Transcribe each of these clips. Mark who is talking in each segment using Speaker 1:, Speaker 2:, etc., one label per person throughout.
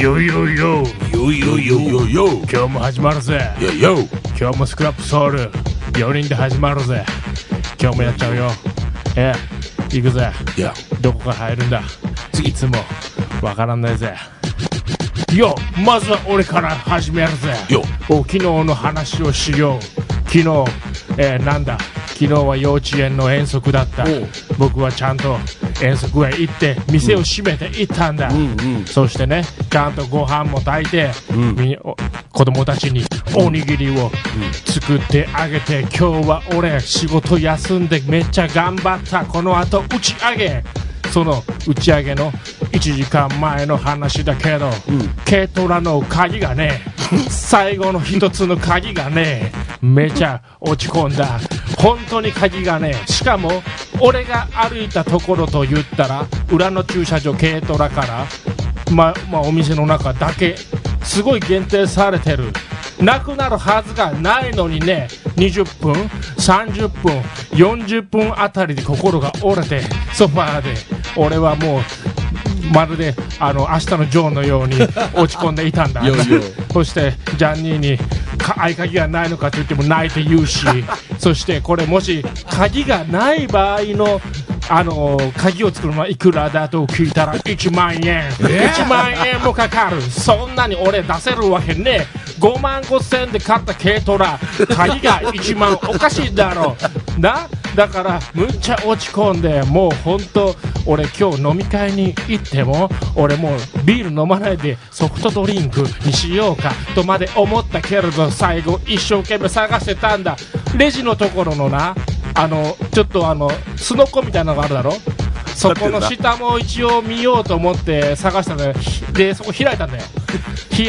Speaker 1: よいよいよ
Speaker 2: よいよいよいよいよ
Speaker 1: 今日も始まるぜ
Speaker 2: いやいよ
Speaker 1: 今日もスクラップソウル4人で始まるぜ今日もやっちゃうよええ行くぜ
Speaker 2: いや
Speaker 1: どこから入るんだいつもわからないぜよまずは俺から始めるぜ
Speaker 2: よ
Speaker 1: お昨日の話をしよう昨日、えーなんだ昨日は幼稚園の遠足だった
Speaker 2: おう
Speaker 1: 僕はちゃんと遠足へ行って店を閉めて行ったんだ、
Speaker 2: んうん
Speaker 1: そしてねちゃんとご飯も炊いて、みんなお子供たちにおにぎりを作ってあげて、今日は俺仕事休んでめっちゃ頑張ったこの後打ち上げその打ち上げの1時間前の話だけど、軽トラの鍵がね最後の一つの鍵がねめちゃ落ち込んだ本当に鍵がねしかも俺が歩いたところと言ったら裏の駐車場軽トラからままあ、お店の中だけすごい限定されてるなくなるはずがないのにね20分30分40分あたりで心が折れてソファーで俺はもうまるであの明日のジョーのように落ち込んでいたんだ
Speaker 2: いやいや
Speaker 1: そしてジャンニーにか合鍵がないのかと言ってもないって言うしそしてこれもし鍵がない場合のあの鍵を作るのはいくらだと聞いたら1万円、1万円もかかるそんなに俺出せるわけねえ5万5千円で買った軽トラ鍵が1万おかしいだろ なだからむっちゃ落ち込んでもう本当俺今日飲み会に行っても俺もうビール飲まないでソフトドリンクにしようかとまで思ったけれど最後一生懸命探してたんだレジのところのなあのちょっとあのすのこみたいなのがあるだろそこの下も一応見ようと思って探したんだよでそこ開いたんだよ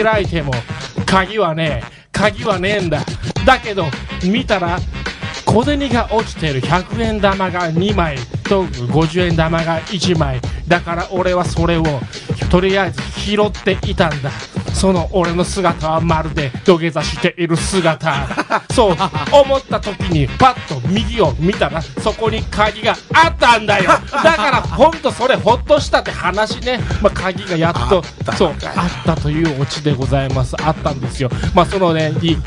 Speaker 1: 開いても鍵はね鍵はねえんだだけど見たら小銭が落ちてる100円玉が2枚と50円玉が1枚だから俺はそれをとりあえず拾っていたんだその俺の姿はまるで土下座している 姿そう思った時にパッと右を見たらそこに鍵があったんだ よだからほんとそれほっとしたって話ね、まあ、鍵がやっとそうあったというオチでございますあったんですよまあそのねい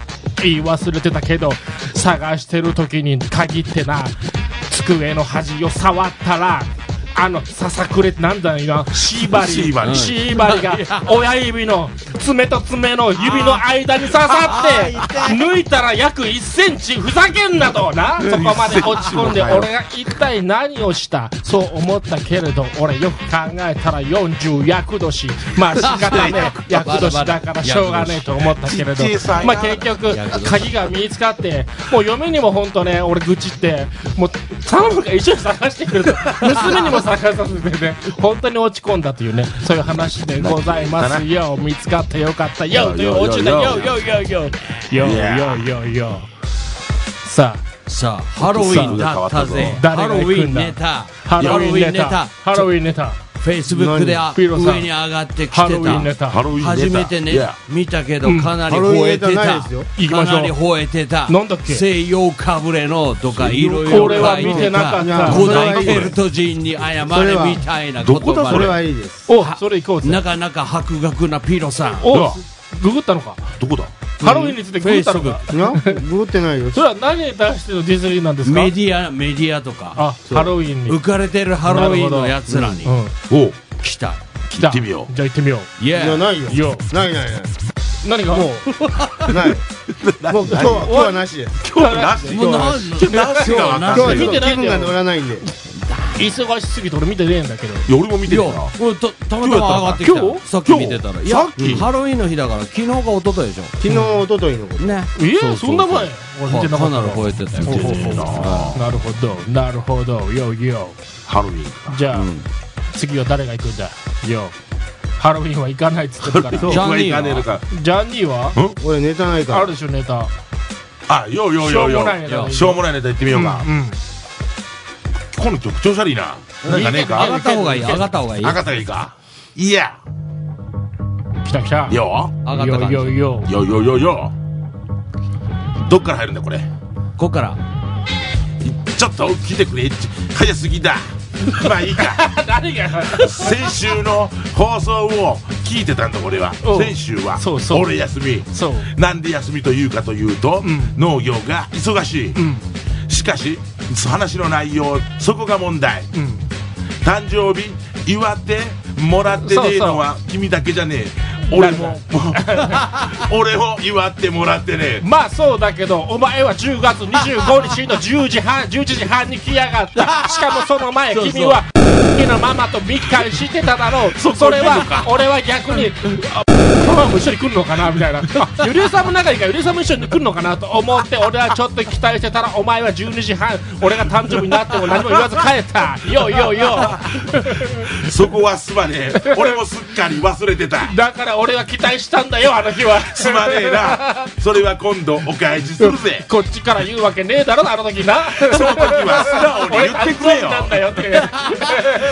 Speaker 1: 言い忘れてたけど探してる時に限ってな机の端を触ったらあのささくれってなんだよなシーバリ
Speaker 2: シーバリ
Speaker 1: シーバリが親指の爪と爪の指の間に刺さって抜いたら約1センチふざけんなとなそこまで落ち込んで俺が一体何をしたそう思ったけれど俺よく考えたら40厄年ま あ仕方ねえ厄年だからしょうがねえと思ったけれど
Speaker 3: ちっちゃい災難
Speaker 1: まあ結局鍵が見つかってもう嫁にも本当ね俺愚痴ってもう頼むから一緒に探して くれと娘にも探させてね本当に落ち込んだというねそういう話でございますよ見つかってよかったよという落ちだよよよよよよよよさあ
Speaker 4: さあハロウィンだったぜ
Speaker 1: 誰
Speaker 4: ハ
Speaker 1: が
Speaker 4: ロウ
Speaker 1: 行く
Speaker 4: ィ
Speaker 1: ん
Speaker 4: ン
Speaker 1: だ
Speaker 4: ネタ
Speaker 1: ハロウィンネタハロウィンネタ
Speaker 4: フェイスブックで
Speaker 1: 何ピロさん
Speaker 4: 上に上がってき
Speaker 1: ハロウ
Speaker 4: て
Speaker 1: ィンネ
Speaker 4: た
Speaker 1: タ
Speaker 2: ハロウィン
Speaker 4: 初めて
Speaker 2: い
Speaker 4: ね
Speaker 2: や
Speaker 4: 見たけどかなり
Speaker 5: ハロウィン
Speaker 4: 吠えて
Speaker 5: ネタない
Speaker 4: た
Speaker 5: ですよ
Speaker 1: 行きま
Speaker 4: か
Speaker 1: しょう
Speaker 4: なり吠えてた
Speaker 1: なんだっけ
Speaker 4: 西洋かぶれのとかいろいろ
Speaker 1: これは見てなかっ
Speaker 5: いや
Speaker 1: た
Speaker 4: 古代ケルト人に謝れみたいな言
Speaker 2: どこだ
Speaker 4: 葉
Speaker 5: それ
Speaker 4: で
Speaker 5: はいいです
Speaker 1: おそれ行こうぜ
Speaker 4: なかなか博学なピロさん
Speaker 1: おググったのか
Speaker 2: どこだ
Speaker 1: ハロウィンについてググったの
Speaker 4: フェ
Speaker 1: か
Speaker 4: イ
Speaker 5: な戻ってないよ
Speaker 1: それは何に対してのディズニーなんですか
Speaker 4: メディアメディアとか
Speaker 1: あハロウィンに、う
Speaker 4: 浮かれてるハロウィンのやつらに
Speaker 1: ん、
Speaker 2: おう
Speaker 4: 来た
Speaker 1: 来た
Speaker 2: 行ってみ よう
Speaker 1: じゃあ行ってみよ
Speaker 4: い
Speaker 5: いや
Speaker 4: や
Speaker 5: ないよ
Speaker 1: うよ
Speaker 5: ないない
Speaker 1: 何がもう
Speaker 5: ないないもう今日は今日はなしです
Speaker 2: 今日なし
Speaker 4: もうなん
Speaker 2: なしがわか
Speaker 5: 今
Speaker 2: んな
Speaker 5: 日はいちょっ
Speaker 1: 見て
Speaker 5: と
Speaker 1: ない
Speaker 5: 気
Speaker 1: んだ
Speaker 5: 分
Speaker 1: よ
Speaker 5: が乗らないんで
Speaker 1: 忙しすぎて俺見てねえんだけど
Speaker 2: いや俺も見て
Speaker 4: い
Speaker 2: る
Speaker 4: や
Speaker 2: から、
Speaker 4: これたたまたま上がってきた
Speaker 1: 今日
Speaker 4: さっき見てたらいや
Speaker 2: さっき
Speaker 4: ハロウィンの日だから昨日が一昨日でしょ
Speaker 5: 昨日一昨日のこと
Speaker 4: ね
Speaker 1: ええそんな前俺見てなか
Speaker 4: か
Speaker 1: っ
Speaker 4: なり
Speaker 1: た
Speaker 4: 吠えてたよ
Speaker 1: ほうほうほうなるほどなるほどよよ
Speaker 2: ハロウィン
Speaker 1: じゃあ、次は誰が行くんだよハロウィンは行かないっつってる から
Speaker 4: ジャンニー
Speaker 2: は
Speaker 4: は
Speaker 2: 行かね
Speaker 1: ジャンニーは
Speaker 5: 俺ネタないか
Speaker 1: あ
Speaker 5: ら
Speaker 1: るでしょネタ
Speaker 2: えからあようよう
Speaker 1: しょう
Speaker 2: よう
Speaker 1: も
Speaker 2: よ
Speaker 1: ないネタ
Speaker 2: うしょうもないネタ行ってみようか、
Speaker 1: うん
Speaker 2: この曲調子悪いななんかねえ
Speaker 4: 上が
Speaker 2: か
Speaker 4: った方がいい上がった方がいい
Speaker 2: 上がったがいいかいや
Speaker 1: 来た来たよ
Speaker 2: よ
Speaker 4: 上がった感じ
Speaker 1: よよ
Speaker 2: よよよよどっから入るんだこれ
Speaker 4: こっから
Speaker 2: ちょっと来てくれちょ早すぎだまあいいか
Speaker 1: 誰が
Speaker 2: 先週の放送を聞聞いてたんだ俺は
Speaker 1: おう
Speaker 2: 先週は
Speaker 1: そうそう
Speaker 2: 俺休み
Speaker 1: そう
Speaker 2: なんで休みというかというと、
Speaker 1: ん
Speaker 2: 農業が忙しい、しかし話の内容そこが問題、
Speaker 1: ん
Speaker 2: 誕生日祝ってもらってねえのは君だけじゃねえ俺も 俺も祝ってもらってねえ
Speaker 1: まあそうだけどお前は10月25日の10時半11時 半に来やがったしかもその前
Speaker 4: そうそう
Speaker 1: 君は君のママと密会してただろうそれは俺は逆にあママも一緒に来るのかなみたいなあゆりえさんも仲いいからゆりえさんも一緒に来るのかなと思って俺はちょっと期待してたらお前は12時半俺が誕生日になっても何も言わず帰ったよよよ
Speaker 2: そこはすまねえ俺もすっかり忘れてた
Speaker 1: だから俺は期待したんだよあの日は
Speaker 2: すまねえなそれは今度お返しするぜ
Speaker 1: こっちから言うわけねえだろあの時な
Speaker 2: その時は素直に言ってくれよ
Speaker 1: なんだよって。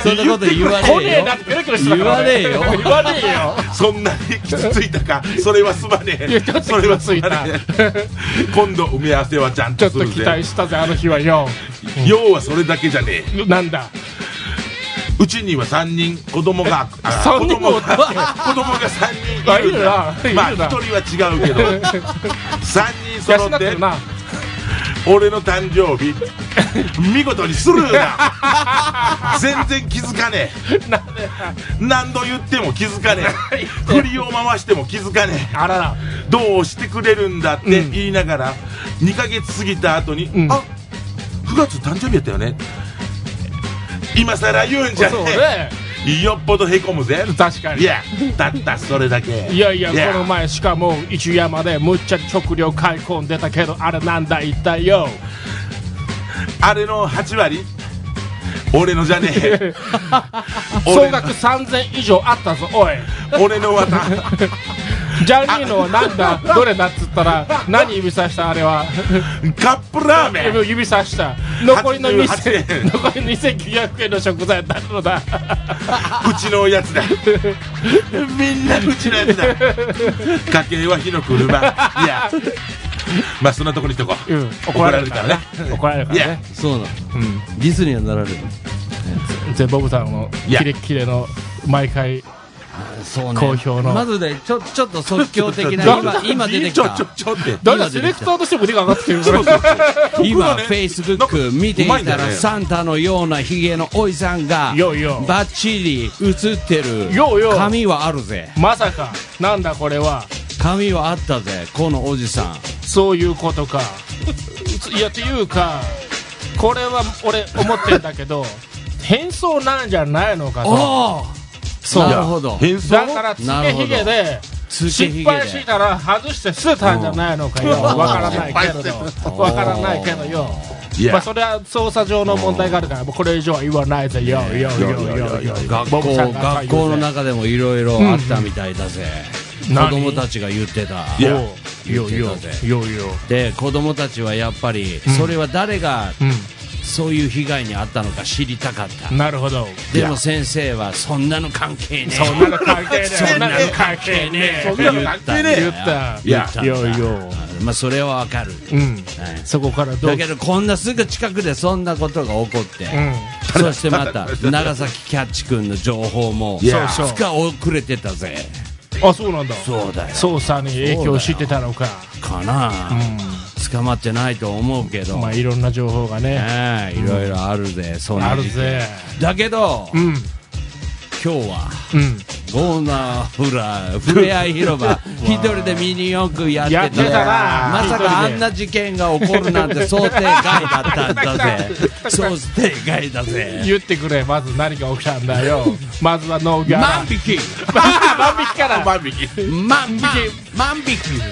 Speaker 4: そんなこと言わね
Speaker 1: 来ね
Speaker 4: え
Speaker 1: え
Speaker 4: よ
Speaker 1: なってペロペロしてたから俺
Speaker 4: 言わねえよ
Speaker 1: 言わねえよ。
Speaker 2: そんなに傷ついたかそれはすまね
Speaker 1: い
Speaker 2: え
Speaker 1: やちょっと
Speaker 2: それはすまね
Speaker 1: 傷
Speaker 2: え今度埋め合わせはちゃん
Speaker 1: ちょっ
Speaker 2: とす
Speaker 1: と
Speaker 2: る
Speaker 1: 期
Speaker 2: ぜ
Speaker 1: 待したぜ、あの日はよ。
Speaker 2: 要はそれだけじゃねえ
Speaker 1: なんだ。
Speaker 2: うちには3人子供があ
Speaker 1: 三人も
Speaker 2: 子供が子供が3人いるん
Speaker 1: あい
Speaker 2: だ
Speaker 1: るな
Speaker 2: まあ
Speaker 1: いる
Speaker 2: 1
Speaker 1: な
Speaker 2: 人は違うけど3 人
Speaker 1: 養
Speaker 2: 揃
Speaker 1: っ
Speaker 2: ってて
Speaker 1: るな。
Speaker 2: 俺の誕生日見事にするな全然気づかね
Speaker 1: なんで
Speaker 2: え何度言っても気づかねえ振りを回しても気づかねえ
Speaker 1: あらら。
Speaker 2: どうしてくれるんだって言いながら、2ヶ月過ぎた後に、
Speaker 1: ん
Speaker 2: あ9月誕生日やったよね今さら言うんじゃね
Speaker 1: そうね。
Speaker 2: えよっぽどへこむぜ
Speaker 1: 確か
Speaker 2: い
Speaker 1: に。
Speaker 2: やたったそれだけ
Speaker 1: いやいや、この前、しかも、一山でむっちゃ食料買い込んでたけど、あれなんだ、一体よ。
Speaker 2: あれの8割俺のじゃねえ
Speaker 1: 総額3000以上あったぞ、おい。
Speaker 2: 俺のはた
Speaker 1: ジャニーノはなんだ、どれだっつったら、何指さした、あれは。
Speaker 2: カップラーメン
Speaker 1: 指さした。残りの
Speaker 2: 88
Speaker 1: 2000、
Speaker 2: 円
Speaker 1: 残りの2900円の食材だのだ。
Speaker 2: うちのやつだみんなうちのやつだ家計は火の車いやまあそんなとこにしとこう、
Speaker 1: うん
Speaker 2: 怒られるからね
Speaker 1: 怒られるか
Speaker 2: い
Speaker 1: ら
Speaker 2: や
Speaker 1: ね。
Speaker 4: そうなのディスにはなられる
Speaker 1: 全ボブさんの
Speaker 2: いや
Speaker 1: キレッキレの毎回
Speaker 4: そうね
Speaker 1: 好評の
Speaker 4: まずねちょちょっと即興的な
Speaker 2: ちょっと
Speaker 4: 今今出てき
Speaker 2: ち
Speaker 4: た
Speaker 2: ょちょちょって
Speaker 1: だからセレクターとしても腕が上がってきてるから
Speaker 4: 今、
Speaker 2: 僕はね
Speaker 4: フェイスブッ
Speaker 2: なんか
Speaker 4: ク見ていた
Speaker 2: うまいんだ
Speaker 4: ら、
Speaker 2: ね
Speaker 4: サンタのようなヒゲのおいさんが
Speaker 1: よいよ
Speaker 4: バッチリ映ってる
Speaker 1: ようよう
Speaker 4: 髪はあるぜ
Speaker 1: まさかなんだこれは
Speaker 4: 髪はあったぜこのおじさん
Speaker 1: そういうことかいやっていうかこれは俺思ってんだけど変装なんじゃないのかと
Speaker 4: おお
Speaker 1: そう
Speaker 4: なるほど
Speaker 2: 変装
Speaker 1: だからつけひげで
Speaker 4: つけひ
Speaker 1: 失
Speaker 4: げで
Speaker 1: 敗したら外して捨てたんじゃないのかよ
Speaker 4: うん
Speaker 1: わからないけれ
Speaker 2: 失敗
Speaker 1: どわからないけどよ
Speaker 2: いや
Speaker 1: まあそれは捜査上の問題があるからもうこれ以上は言わないぜよよよよよよ
Speaker 4: 学
Speaker 1: ボブ
Speaker 4: 校
Speaker 1: さんが
Speaker 4: 学校の中でもいろいろあったみたいだぜ、
Speaker 1: 何
Speaker 4: 子供たちが言ってた
Speaker 2: いや
Speaker 4: 言ってたぜ
Speaker 1: よよ
Speaker 4: で子供たちはやっぱりそれは誰がそういう被害に遭ったのか知りたかった、
Speaker 1: なるほど
Speaker 4: でも先生はそんなの関係ねえ
Speaker 1: そんなの関係ねえそんなの関係ねえ
Speaker 2: そんなの関係ねえ
Speaker 1: 言った
Speaker 2: いや
Speaker 1: いやいや
Speaker 4: まあそれはわかる、
Speaker 1: うん
Speaker 4: はい
Speaker 1: そこからどう
Speaker 4: だけどこんなすぐ近くでそんなことが起こって、
Speaker 1: うん
Speaker 4: そしてまた長崎キャッチ君の情報も
Speaker 2: いや
Speaker 1: そう
Speaker 4: 2
Speaker 1: そ
Speaker 4: 日遅れてたぜ
Speaker 1: うあそうなんだ
Speaker 4: そうだよ
Speaker 1: 捜査に影響してたのか
Speaker 4: かなあ、捕まってないと思うけど、
Speaker 1: まあいろんな情報がね
Speaker 4: ねえいろいろあるぜ、そんな
Speaker 1: ある
Speaker 4: 時期
Speaker 1: ぜ
Speaker 4: だけど、
Speaker 1: う
Speaker 4: 今
Speaker 1: ん
Speaker 4: 日は
Speaker 1: うん
Speaker 4: ゴーナーフラふれあい広 場一人でミニ四駆やって
Speaker 1: や
Speaker 4: た
Speaker 1: ってたな
Speaker 4: まさかあんな事件が起こるなんて想定外だったんだぜ 想定外だぜ
Speaker 1: 言ってくれまず何が起きたんだよまずは農業
Speaker 4: 万引き
Speaker 1: 万引きから
Speaker 2: 万引き
Speaker 4: 万引き万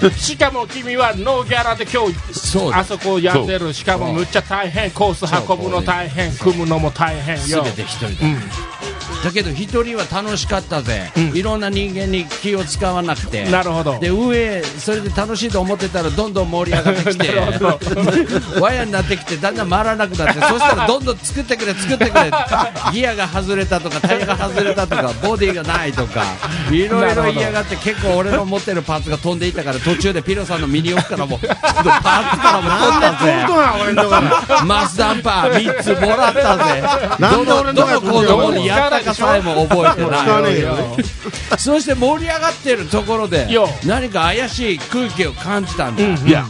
Speaker 4: 引 き
Speaker 1: しかも君はノーギャラで今日
Speaker 4: そう
Speaker 1: あ
Speaker 4: だ
Speaker 1: そこをやってるしかもむっちゃ大変コース運ぶの大変組むのも大変
Speaker 4: 全
Speaker 1: よ
Speaker 4: て一人だ、だけど一人は楽しかったぜ、いろんな人間に気を使わなくて
Speaker 1: なるほど
Speaker 4: で上それで楽しいと思ってたらどんどん盛り上がってきて
Speaker 1: なるほ
Speaker 4: ワイヤになってきてだんだん回らなく なってそしたらどんどん作ってくれ作ってくれギアが外れたとかタイヤが外れたとかボディがないとかいろいろ言いやがって結構俺の持ってるパーツが飛んでいたから途中でピロさんのミニオフからもパーツからも飛んだぜ
Speaker 5: 当なん俺のとこ
Speaker 4: マスダンパー3つもらったぜ
Speaker 5: なんで俺の
Speaker 4: ど
Speaker 5: とこ
Speaker 4: のどの子供にやったかかさえも覚えてない
Speaker 5: 使わねえよね
Speaker 4: そして盛り上がってるところで
Speaker 1: よ
Speaker 4: 何か怪しい空気を感じたんだ、
Speaker 1: うん
Speaker 2: いや、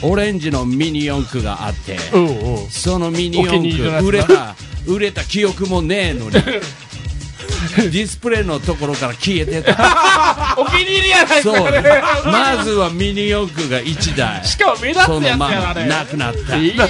Speaker 4: オレンジのミニ四駆があって、
Speaker 1: うんうん
Speaker 4: そのミニ四
Speaker 1: お気に入りのや
Speaker 4: 駆
Speaker 1: つ
Speaker 4: 売れた売れた記憶もねえ のにディスプレイのところから消え てた
Speaker 1: お気に入りやない
Speaker 4: そう
Speaker 1: かね
Speaker 4: まずはミニ四駆が1 台
Speaker 1: しかも目立つ
Speaker 4: そ
Speaker 1: やつ
Speaker 4: の
Speaker 1: や
Speaker 4: まま
Speaker 1: なあれ
Speaker 4: なくなった
Speaker 1: えー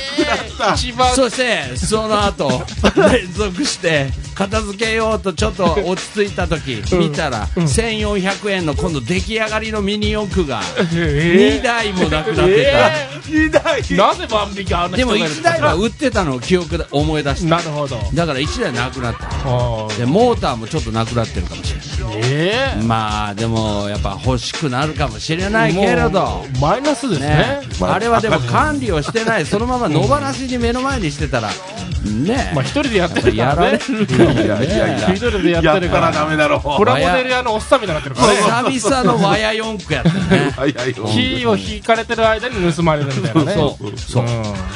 Speaker 1: 一番
Speaker 4: そしてそ の後連続して片付けようとちょっと落ち着いた時
Speaker 1: ん
Speaker 4: 見たら1400円の今度出来上がりのミニ四駆が
Speaker 1: えー
Speaker 4: 2台もなくなってた
Speaker 1: え
Speaker 2: 二台
Speaker 1: ーなぜ万引きあんな
Speaker 4: で
Speaker 1: 人が
Speaker 4: も
Speaker 1: いるの
Speaker 4: 1台は売ってたのを記憶で思い出した
Speaker 1: なるほど
Speaker 4: だから1台なくなった
Speaker 1: あー
Speaker 4: でモーターもちょっとなくなってるかもしれな
Speaker 1: え
Speaker 4: いまあでもやっぱ欲しくなるかもしれ
Speaker 1: え
Speaker 4: ないけれど
Speaker 1: もうマイナスです
Speaker 4: ね
Speaker 1: ね、
Speaker 4: あれはでも管理をしてないそのまま野放しに目の前にしてたらね
Speaker 1: まあ一人でやってる
Speaker 4: や
Speaker 1: からら
Speaker 4: れ
Speaker 1: ね
Speaker 4: る
Speaker 2: いやいやいやいや
Speaker 1: 一人でや
Speaker 2: や
Speaker 1: っ
Speaker 2: ってた
Speaker 1: るからら
Speaker 2: ダメだろ
Speaker 1: プラモデル屋のおっさんみたいになってるからね
Speaker 4: 久々の和や四駆やったね
Speaker 2: はいはい
Speaker 1: 火を引かれてる間に盗まれるみたいなね
Speaker 4: そうそう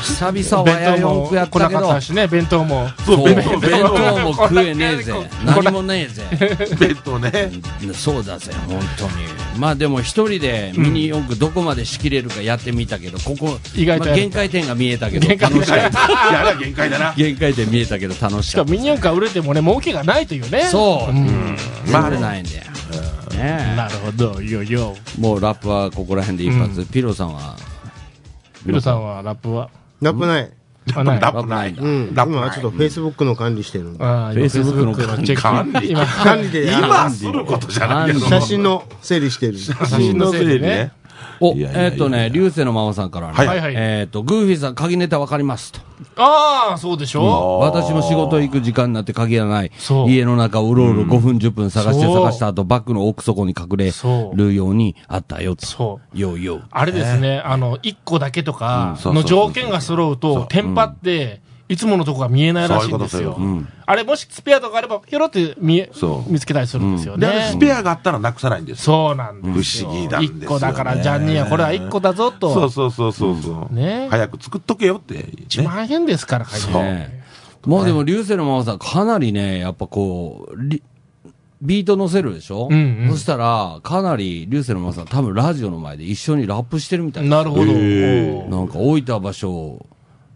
Speaker 4: 久々和や
Speaker 1: 弁当
Speaker 4: 四
Speaker 1: も
Speaker 4: 駆やっ
Speaker 1: 来
Speaker 4: た
Speaker 1: な
Speaker 4: け
Speaker 1: かっ
Speaker 4: ど
Speaker 1: たしね弁当も
Speaker 2: そう
Speaker 4: そ
Speaker 2: 弁
Speaker 4: う弁
Speaker 2: 当
Speaker 4: 当も食えねえぜ何もねえぜ
Speaker 2: 弁当ね
Speaker 4: そうだぜ本当にまあでも一人でミニ四駆どこまで仕切れるかやってみたけどここ
Speaker 1: 意外と
Speaker 4: ま
Speaker 1: や
Speaker 4: あ
Speaker 1: る
Speaker 4: 限界点が見えたけど
Speaker 1: 限界
Speaker 4: 楽しかっ
Speaker 2: や
Speaker 4: た
Speaker 2: だ限界だな
Speaker 4: 限界点見えたけど楽し
Speaker 1: し
Speaker 4: か
Speaker 1: か
Speaker 4: っ
Speaker 1: もミニ四駆が売れてもね儲けがないというね
Speaker 4: たそう
Speaker 2: ま
Speaker 4: ま
Speaker 2: あ
Speaker 4: れないんだよね
Speaker 1: なるほどいよいよ
Speaker 4: えもうラップはここら辺で一発ピロさんは
Speaker 1: ピルさんはラップは
Speaker 5: ラップない。
Speaker 1: あない
Speaker 2: ラップない
Speaker 4: ラップ
Speaker 5: う
Speaker 4: ないんだ
Speaker 5: ん。
Speaker 2: ラップ
Speaker 5: 今ちょっとフェイスブックの管理してるの。
Speaker 1: ああ今
Speaker 4: Facebook の
Speaker 1: Facebook のチェック
Speaker 2: 管理
Speaker 1: 今
Speaker 5: 管理で、あ
Speaker 2: 今することじゃない
Speaker 4: あ
Speaker 2: よ
Speaker 4: の
Speaker 5: の写真の整理してる。
Speaker 1: 写真のせいでね
Speaker 4: お
Speaker 2: いやいやいや
Speaker 4: えっとね流星のママさんからね
Speaker 2: はい
Speaker 1: はいはい
Speaker 4: えっとグーフィーさん鍵ネタわかりますと
Speaker 1: ああそうでしょ
Speaker 4: 私も仕事行く時間になって鍵がない
Speaker 1: そう
Speaker 4: 家の中をうろうろ5分10分探して
Speaker 1: そう
Speaker 4: 探した後バッグの奥底に隠れ
Speaker 1: そう
Speaker 4: るようにあったよと
Speaker 1: そう
Speaker 4: ようよう
Speaker 1: あれですね、あの、1個だけとか
Speaker 2: そうそ
Speaker 1: の
Speaker 2: う
Speaker 1: 条件が揃うと、テンパって、いつものとこが見えないらしいんですよ
Speaker 2: そうい。
Speaker 1: あれ、もしスペアとかあれば、ひょろって見え
Speaker 2: そう
Speaker 1: 見つけたりするんですよ
Speaker 2: であれス
Speaker 1: ね。
Speaker 2: ペアがあったらなくさないんです
Speaker 1: そうなんです
Speaker 2: 不
Speaker 1: よ。
Speaker 2: 思議なんですよね
Speaker 1: 1個だから、ジャニーはこれは1個だぞと。
Speaker 2: そうそうそうそうそう
Speaker 1: ね
Speaker 2: 早く作っとけよってね
Speaker 1: 1万円ですから、会
Speaker 2: そう
Speaker 1: 社。
Speaker 4: ねもうでも流星のママさんかなりねやっぱこうリビート乗せるでしょ、
Speaker 1: うんうん
Speaker 4: そしたらかなり流星のママさん多分ラジオの前で一緒にラップしてるみたい
Speaker 1: なるほど。
Speaker 4: なんか置いた場所、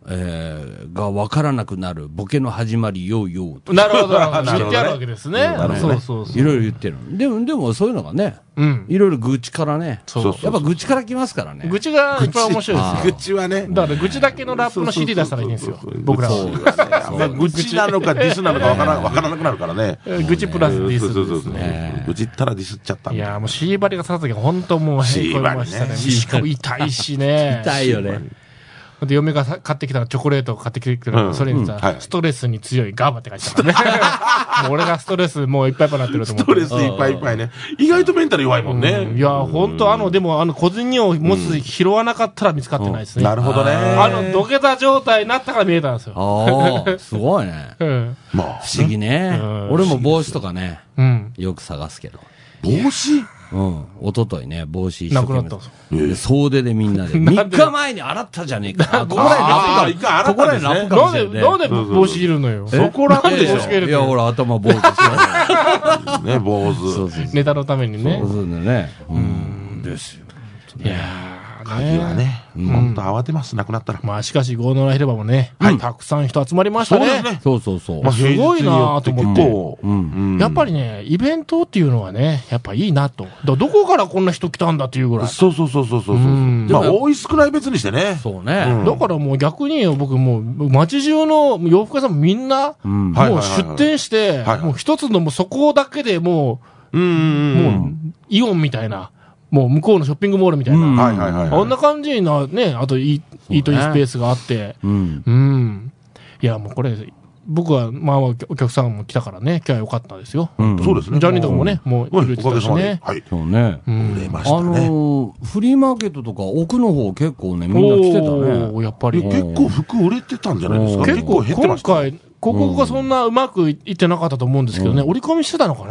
Speaker 4: えーが分からなくなるボケの始まりようようと
Speaker 1: なるほど。なるほど言っ
Speaker 2: なるほどね
Speaker 1: てあるわけですね
Speaker 2: なる。ほ
Speaker 1: そ
Speaker 2: ど
Speaker 1: う
Speaker 2: ね
Speaker 1: そうそ。
Speaker 4: いうろいろ言ってるでもでもそういうのがね
Speaker 1: うん。
Speaker 4: いろいろ愚痴からね
Speaker 1: そう
Speaker 2: そうそう
Speaker 4: やっぱ愚痴から来ますからね
Speaker 1: 愚痴が一番面白いですよ。
Speaker 2: 愚痴はね
Speaker 1: だから、愚痴だけのラップの CD 出したらいいんですよ
Speaker 2: そうそうそ。う
Speaker 1: 僕らは。
Speaker 2: まあ愚痴なのかディスなのかわからわからなくなるからね
Speaker 1: えー愚痴プラスディ
Speaker 2: そうそうそ
Speaker 1: スです
Speaker 2: うそう
Speaker 1: ね。
Speaker 2: 愚痴ったらディスっちゃった
Speaker 1: い
Speaker 2: んだ
Speaker 1: やーもうシーバリが刺さった時は本当もうへこみましたね。
Speaker 2: シ
Speaker 1: しかも痛いしね。
Speaker 4: 痛いよね
Speaker 1: で、嫁がさ買ってきたチョコレートを買ってきてくれた、
Speaker 2: うん
Speaker 1: それにさ、
Speaker 2: うんはい
Speaker 1: ストレスに強いガーバって書いてた からね。もう俺がストレスもういっぱいいっぱいになってると思
Speaker 2: ス
Speaker 1: う。
Speaker 2: トレスいっぱいいっぱいね意外とメンタル弱いもん
Speaker 1: うんい
Speaker 2: ね
Speaker 1: やー、本当あの、でもあの、小銭を持つ拾わなかったら見つかってないですね。
Speaker 2: なるほどね
Speaker 1: あの、土下座状態になったから見えたんですよ。
Speaker 4: ああすごいね
Speaker 1: うん。
Speaker 2: まあ
Speaker 4: 不思議ね
Speaker 1: うん
Speaker 4: 俺も帽子とかね
Speaker 1: うん。
Speaker 4: よく探すけど
Speaker 2: 帽子
Speaker 4: うん一昨日ね帽子一
Speaker 1: な
Speaker 4: 生
Speaker 1: くな
Speaker 4: 懸
Speaker 1: ったん
Speaker 4: 命
Speaker 1: ですよ
Speaker 4: で総出でみんな で
Speaker 1: なん
Speaker 4: 3
Speaker 1: で
Speaker 4: 日前に洗ったじゃねえかここ
Speaker 2: あー
Speaker 4: ら
Speaker 2: 一回洗
Speaker 4: こ
Speaker 2: っ
Speaker 4: こ
Speaker 2: た
Speaker 4: ら
Speaker 2: んで
Speaker 4: に
Speaker 2: す
Speaker 4: ラッ
Speaker 2: ね
Speaker 4: プかも
Speaker 1: な
Speaker 4: しれ
Speaker 1: んで、
Speaker 4: ない
Speaker 1: なんで帽子いるのよ。
Speaker 2: そこら辺でし
Speaker 1: 帽子がい
Speaker 2: ょ
Speaker 1: る
Speaker 4: いやほら頭坊主ですよ
Speaker 2: ね坊
Speaker 4: そ
Speaker 2: 主
Speaker 4: うそうそう
Speaker 1: ネタのためにね
Speaker 4: そう。そうだねうんですよ
Speaker 1: いやー
Speaker 2: 鍵はね本当慌てますなくなったら
Speaker 1: まあしかし、豪農の広場もね、たくさん人集まりまし
Speaker 2: そ
Speaker 1: た
Speaker 2: うです
Speaker 1: ね。
Speaker 2: ね
Speaker 4: そうそうそう
Speaker 1: まあすごいなーと思って
Speaker 2: 平日によて結構うん
Speaker 1: やっぱりね、イベントっていうのはね、やっぱいいなと。だどこからこんな人来たんだっていうぐらい。
Speaker 2: そうそうそうそうそうそう
Speaker 1: うん
Speaker 2: まあ多い少ない別にしてね
Speaker 4: そうね
Speaker 1: だからもう逆に僕もう街中の洋服屋さんみんな、
Speaker 4: うん
Speaker 2: はい
Speaker 1: も
Speaker 2: は
Speaker 1: う
Speaker 2: いは
Speaker 1: 出
Speaker 2: い
Speaker 1: 店して
Speaker 2: はいは、い
Speaker 1: もう一つのもうそこだけでも
Speaker 2: うんう
Speaker 1: う、
Speaker 2: んうん
Speaker 1: もうイオンみたいな、もう向こうのショッピングモールみたい
Speaker 4: うん
Speaker 1: な。
Speaker 2: はいはいはいはい
Speaker 1: あんな感じなね、あとイイートインスペースがあって。
Speaker 4: うん
Speaker 1: うん。いやもうこれ、僕はまあまあお客さんも来たからね、今日は良かったですよ。
Speaker 4: うん
Speaker 2: そうですね
Speaker 1: ジャニーとかもね、もう
Speaker 2: う
Speaker 1: 売
Speaker 2: ん
Speaker 1: れ
Speaker 2: お
Speaker 1: て
Speaker 2: か
Speaker 1: た
Speaker 2: げさ
Speaker 1: し
Speaker 2: まで
Speaker 1: ね。
Speaker 2: はい
Speaker 4: そうね
Speaker 1: うん
Speaker 2: 売れまし
Speaker 4: あ
Speaker 2: た
Speaker 4: の
Speaker 2: ね
Speaker 4: ーフリーマーケットとか奥の方結構ねみんな来てたね
Speaker 1: おおやっぱり
Speaker 2: で結構服売れてたんじゃないですか
Speaker 1: 結
Speaker 2: 結
Speaker 1: 構
Speaker 2: 構減ってま
Speaker 1: 今
Speaker 2: した
Speaker 1: 回ここがそんなうまくいってなかったと思うんですけどね、折り込みしてたのか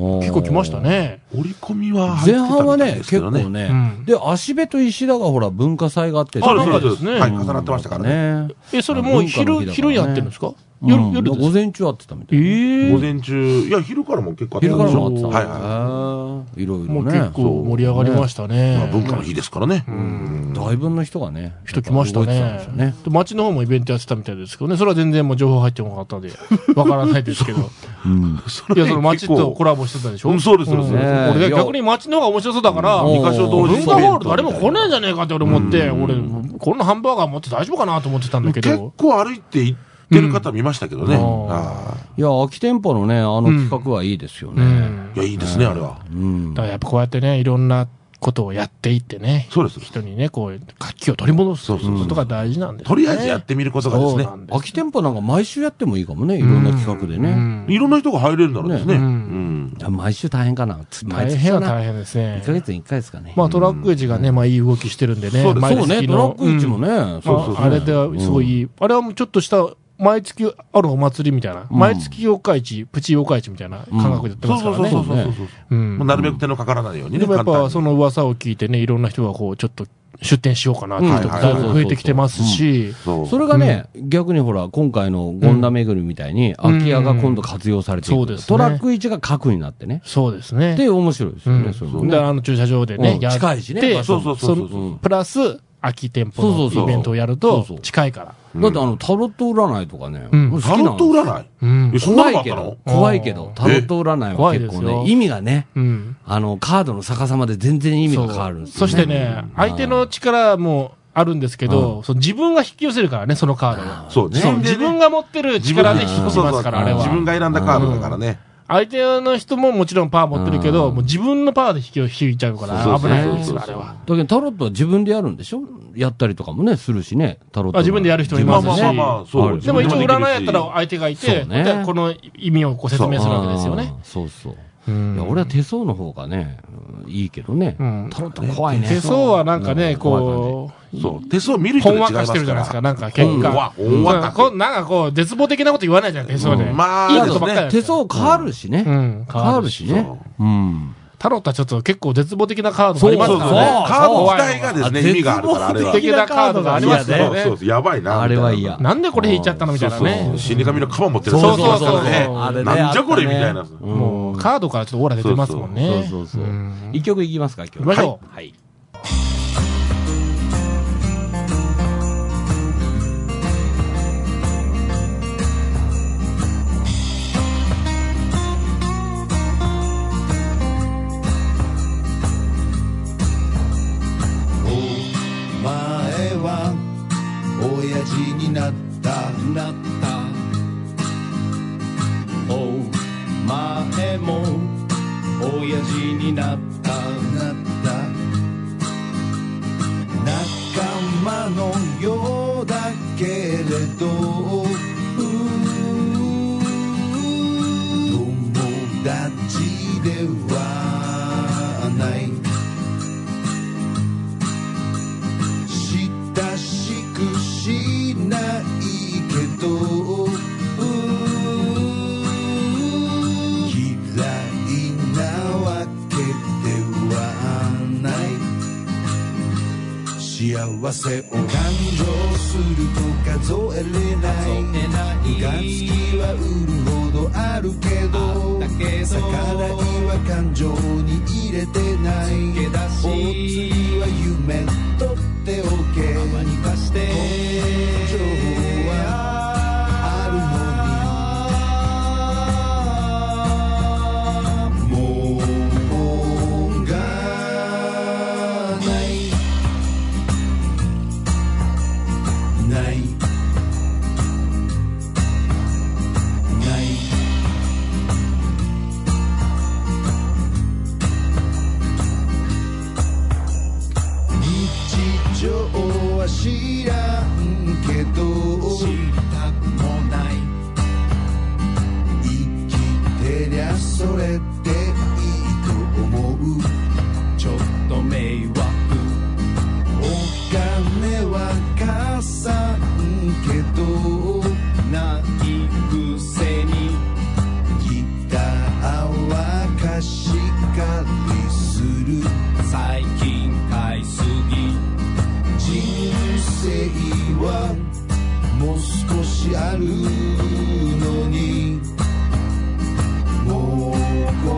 Speaker 1: な
Speaker 4: うん
Speaker 1: 結構来ましたね
Speaker 2: 折り込みは入
Speaker 4: 前
Speaker 2: ってた
Speaker 4: 半は
Speaker 2: みたい
Speaker 4: ね
Speaker 2: ですけ
Speaker 4: 結
Speaker 2: ど
Speaker 4: 構
Speaker 2: ね
Speaker 4: ね、
Speaker 1: うん
Speaker 4: で芦部と石田がほら文化祭があって
Speaker 2: そうです
Speaker 1: あ
Speaker 2: そう
Speaker 1: そうで
Speaker 2: です
Speaker 1: すね
Speaker 2: はい重なってましたからね
Speaker 4: ね
Speaker 1: えそれもう
Speaker 4: 文化の
Speaker 1: 昼
Speaker 4: 日だからね
Speaker 1: 昼やってるんですか夜、
Speaker 4: うん
Speaker 1: 夜です
Speaker 4: 午前中会ってたみた
Speaker 1: え
Speaker 4: い。
Speaker 2: 午
Speaker 1: ー、
Speaker 2: 前中、いや、昼からも結構あった
Speaker 4: 昼からも会ってたんだ。
Speaker 2: はいはいは
Speaker 4: へーいろい
Speaker 1: も
Speaker 4: ろ
Speaker 1: う
Speaker 4: ね。
Speaker 1: 結構盛り上がりましたね。
Speaker 2: い。まあ、文化の日ですからね。うん
Speaker 4: 大分の人がね。
Speaker 1: 人来ました
Speaker 4: やっぱ動いて
Speaker 1: ね
Speaker 4: たんでしょうね。
Speaker 1: で町の方もイベントやってたみたいですけどね。それは全然もう情報入ってなかったんで、わからないですけど。
Speaker 2: そ
Speaker 1: い
Speaker 2: れ
Speaker 1: や、
Speaker 2: ね
Speaker 1: その町とコラボしてたでしょ
Speaker 2: うんそうですそうです
Speaker 1: ん
Speaker 2: そうです
Speaker 1: 俺ね逆に町の方が面白そうだから、
Speaker 4: うん
Speaker 1: 文化
Speaker 2: 二箇所同時
Speaker 4: うん
Speaker 2: イベン
Speaker 1: ホール
Speaker 2: トみた
Speaker 1: 誰
Speaker 2: いな
Speaker 1: も来ねえんじゃねえかって俺思って、俺、こんなハンバーガー持って大丈夫かなと思ってたんだけ
Speaker 2: 結
Speaker 1: ど。
Speaker 2: 構歩いて行ってる方見ましたけどね。
Speaker 1: うん
Speaker 2: ああ
Speaker 4: いや、空き店舗のね、あの企画はいいですよ
Speaker 1: う
Speaker 4: ね。
Speaker 1: ん。
Speaker 2: いや、いいですね、あれは。
Speaker 4: うん
Speaker 1: だか。らやっぱこうやってね、いろんなことをやっていってね、
Speaker 2: そうです。
Speaker 1: 人にね、こう、活気を取り戻す
Speaker 2: そうそうそう
Speaker 1: ことが大事なんですね。
Speaker 2: とりあえずやってみることがです
Speaker 1: そう
Speaker 2: ね
Speaker 1: な。んです
Speaker 4: 空き店舗なんか毎週やってもいいかもね、いろんな企画で
Speaker 1: う
Speaker 4: ね。
Speaker 1: ん
Speaker 2: いろんな人が入れるならですね。
Speaker 4: ね
Speaker 2: う
Speaker 1: うん
Speaker 2: ん。
Speaker 4: 毎週大変かな。つ毎
Speaker 1: 大
Speaker 4: 月
Speaker 1: 変
Speaker 4: か
Speaker 1: は
Speaker 4: な
Speaker 1: 大変ですね
Speaker 4: 1。ヶ月に1回ですかね。
Speaker 1: まあトラックエッジがね、まあいい動きしてるんでね。
Speaker 2: そうです
Speaker 1: 毎
Speaker 4: そう
Speaker 1: 月
Speaker 4: ね、トラ
Speaker 1: の
Speaker 4: ック市もね、
Speaker 1: ま
Speaker 4: そう
Speaker 1: あ
Speaker 4: そうそう
Speaker 1: あれですごいいい、あれはもうちょっとした、毎月あるお祭りみたいな、
Speaker 4: うん
Speaker 1: 毎月四日市、プチ四日市みたいな感覚でやって
Speaker 2: そ
Speaker 1: ま
Speaker 2: う
Speaker 1: すか
Speaker 2: そう
Speaker 1: ら
Speaker 2: そう
Speaker 1: ね。
Speaker 2: そうそうそうそう。
Speaker 1: うん
Speaker 2: もうなるべく手のかからないようにね。
Speaker 1: でもやっ
Speaker 2: 簡単
Speaker 1: ぱ
Speaker 2: に
Speaker 1: その噂を聞いてね、いろんな人がこう、ちょっと出店しようかなっていう人も
Speaker 2: うん
Speaker 1: だいぶ増えてきてますし、
Speaker 2: そう
Speaker 4: それがね、逆にほら、今回の権田巡りみたいに、空き家が今度活用されてい
Speaker 1: そう
Speaker 4: く
Speaker 1: で
Speaker 4: と。
Speaker 1: すね
Speaker 4: トラック市が核になってね。
Speaker 1: そうですね。
Speaker 4: で、面白いです
Speaker 1: う
Speaker 4: よ
Speaker 1: ん
Speaker 4: ね、それも
Speaker 1: で、
Speaker 4: ね。
Speaker 1: あの駐車場でね
Speaker 4: う、ん
Speaker 1: やって
Speaker 4: 近いしね場所
Speaker 2: もそうそうそうそう
Speaker 1: のプラス、空き店舗
Speaker 4: そうそうそ
Speaker 1: の
Speaker 4: う
Speaker 1: イベントをやる
Speaker 4: そ
Speaker 1: と
Speaker 4: うそう、
Speaker 1: 近いから。
Speaker 4: だってあの、タロット占いとかね、
Speaker 1: ん
Speaker 4: 好き
Speaker 2: タロッ
Speaker 4: なの
Speaker 2: ト占い
Speaker 1: うん
Speaker 2: え、。そんな
Speaker 4: 怖
Speaker 2: のがあ
Speaker 4: い
Speaker 2: っ
Speaker 4: け
Speaker 2: たの
Speaker 4: ど、怖いけど、タロット占いは
Speaker 1: 怖い
Speaker 4: 結
Speaker 1: ですよ
Speaker 4: 構ね、意味がね、
Speaker 1: うん。
Speaker 4: あの、カードの逆さまで全然意味が変わるんですよ
Speaker 1: そしてね、相手の力もあるんですけど、その自分が引き寄せるからね、そのカードが。
Speaker 2: そうね。
Speaker 1: そう
Speaker 2: でね
Speaker 1: 自分が持ってる力で引き
Speaker 2: そうそう
Speaker 1: ますから、あれ
Speaker 2: 自分
Speaker 1: は。
Speaker 2: が選んだカードだからね。
Speaker 1: 相手の人ももちろんパワー持ってるけど、もう自分のパワーで引きを引いちゃうか
Speaker 2: そ
Speaker 1: ら危
Speaker 2: うそうそう
Speaker 1: ないんですよ、
Speaker 2: そ
Speaker 1: あ
Speaker 2: うそ
Speaker 1: れ
Speaker 2: う
Speaker 1: は。
Speaker 4: だけど、タロットは自分でやるんでしょやったりとかもね、するしね、タロット。
Speaker 1: あ自分でやる人もいま
Speaker 2: まあ
Speaker 1: す
Speaker 2: まあ
Speaker 1: し
Speaker 2: まあまあ、そう。
Speaker 4: 自
Speaker 1: でも一応
Speaker 2: 自分
Speaker 1: 占
Speaker 2: も
Speaker 1: い
Speaker 2: で
Speaker 1: や
Speaker 2: き
Speaker 1: っ
Speaker 2: るした
Speaker 1: ら相手がいて、
Speaker 4: そうね
Speaker 1: でこの意味をご説明するわけですよね
Speaker 4: あ。ー。そうそう。
Speaker 1: うん
Speaker 4: いや俺は手相の方がね、うんいいけどね、
Speaker 1: うん
Speaker 4: タロット怖いね。
Speaker 1: 手相はなんかね、
Speaker 4: うん怖い
Speaker 1: こう、
Speaker 2: そう。手相見る人
Speaker 1: ほん
Speaker 2: が
Speaker 1: わ
Speaker 2: 違いま
Speaker 1: か
Speaker 2: す
Speaker 1: し
Speaker 2: か
Speaker 1: てるじゃない
Speaker 2: ら
Speaker 1: ですか、。なんか結果。
Speaker 2: ほんわ
Speaker 1: なん
Speaker 2: か
Speaker 1: かこう、なんかこう、絶望的なこと言わないじゃん、手相で。
Speaker 2: うんまあ
Speaker 1: いいことばっかり
Speaker 2: そ
Speaker 1: だ
Speaker 2: う
Speaker 1: った
Speaker 4: 感じ手相変わるしね。
Speaker 1: うん
Speaker 4: 変わるしね。うん。
Speaker 1: タロットはちょっと結構絶望的なカードもあります
Speaker 2: そう
Speaker 1: か
Speaker 2: そう
Speaker 1: ら
Speaker 2: ね
Speaker 1: ね。。
Speaker 2: カード自体がです
Speaker 4: あ
Speaker 2: ね、意味があるから、あれは。
Speaker 1: 絶的なカードがあります
Speaker 2: そう
Speaker 1: ね
Speaker 4: 嫌だよ
Speaker 2: そうそう。やばいな。
Speaker 4: あれは
Speaker 2: みたいな
Speaker 4: 嫌。
Speaker 1: なんでこれ引いちゃったのみたいな
Speaker 2: そうそ
Speaker 1: ね
Speaker 2: う。死神のカバン持ってる
Speaker 1: そうそうそう
Speaker 2: そうね
Speaker 4: あれね
Speaker 2: なんじゃこれ
Speaker 4: あったね
Speaker 2: みたいな
Speaker 4: うん
Speaker 1: もう、カードからちょっとオーラ出てますもんね。
Speaker 4: そうそうそう
Speaker 1: うん。
Speaker 4: 一曲いきますか、今日。
Speaker 1: 行きましょう
Speaker 4: はい。はい
Speaker 3: お前は親父になったなったお前も親父になったなった仲間のようだけれど友達ではない親しくしないけど嫌いなわけではない幸せを感情すると数えれないがつきは売るほどあるけど逆らいは感情に入れてないお釣りは夢とっておけにかして根性はあるのにもうがないないない日常は知らんけど知りたくもない生きてりゃそれでいいと思うちょっと迷惑お金は加算少しあるのにもう今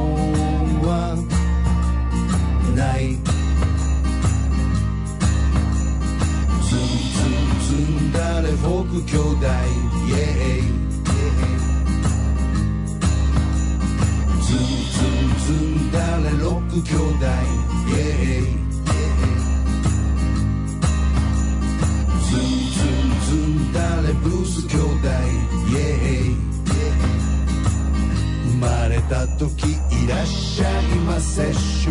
Speaker 3: はないツンツンツンだれフォーク兄弟イエイツンツンツンだれロック兄弟イエイツンツンツンだれブルース兄弟イエイ生まれた時いらっしゃいませ正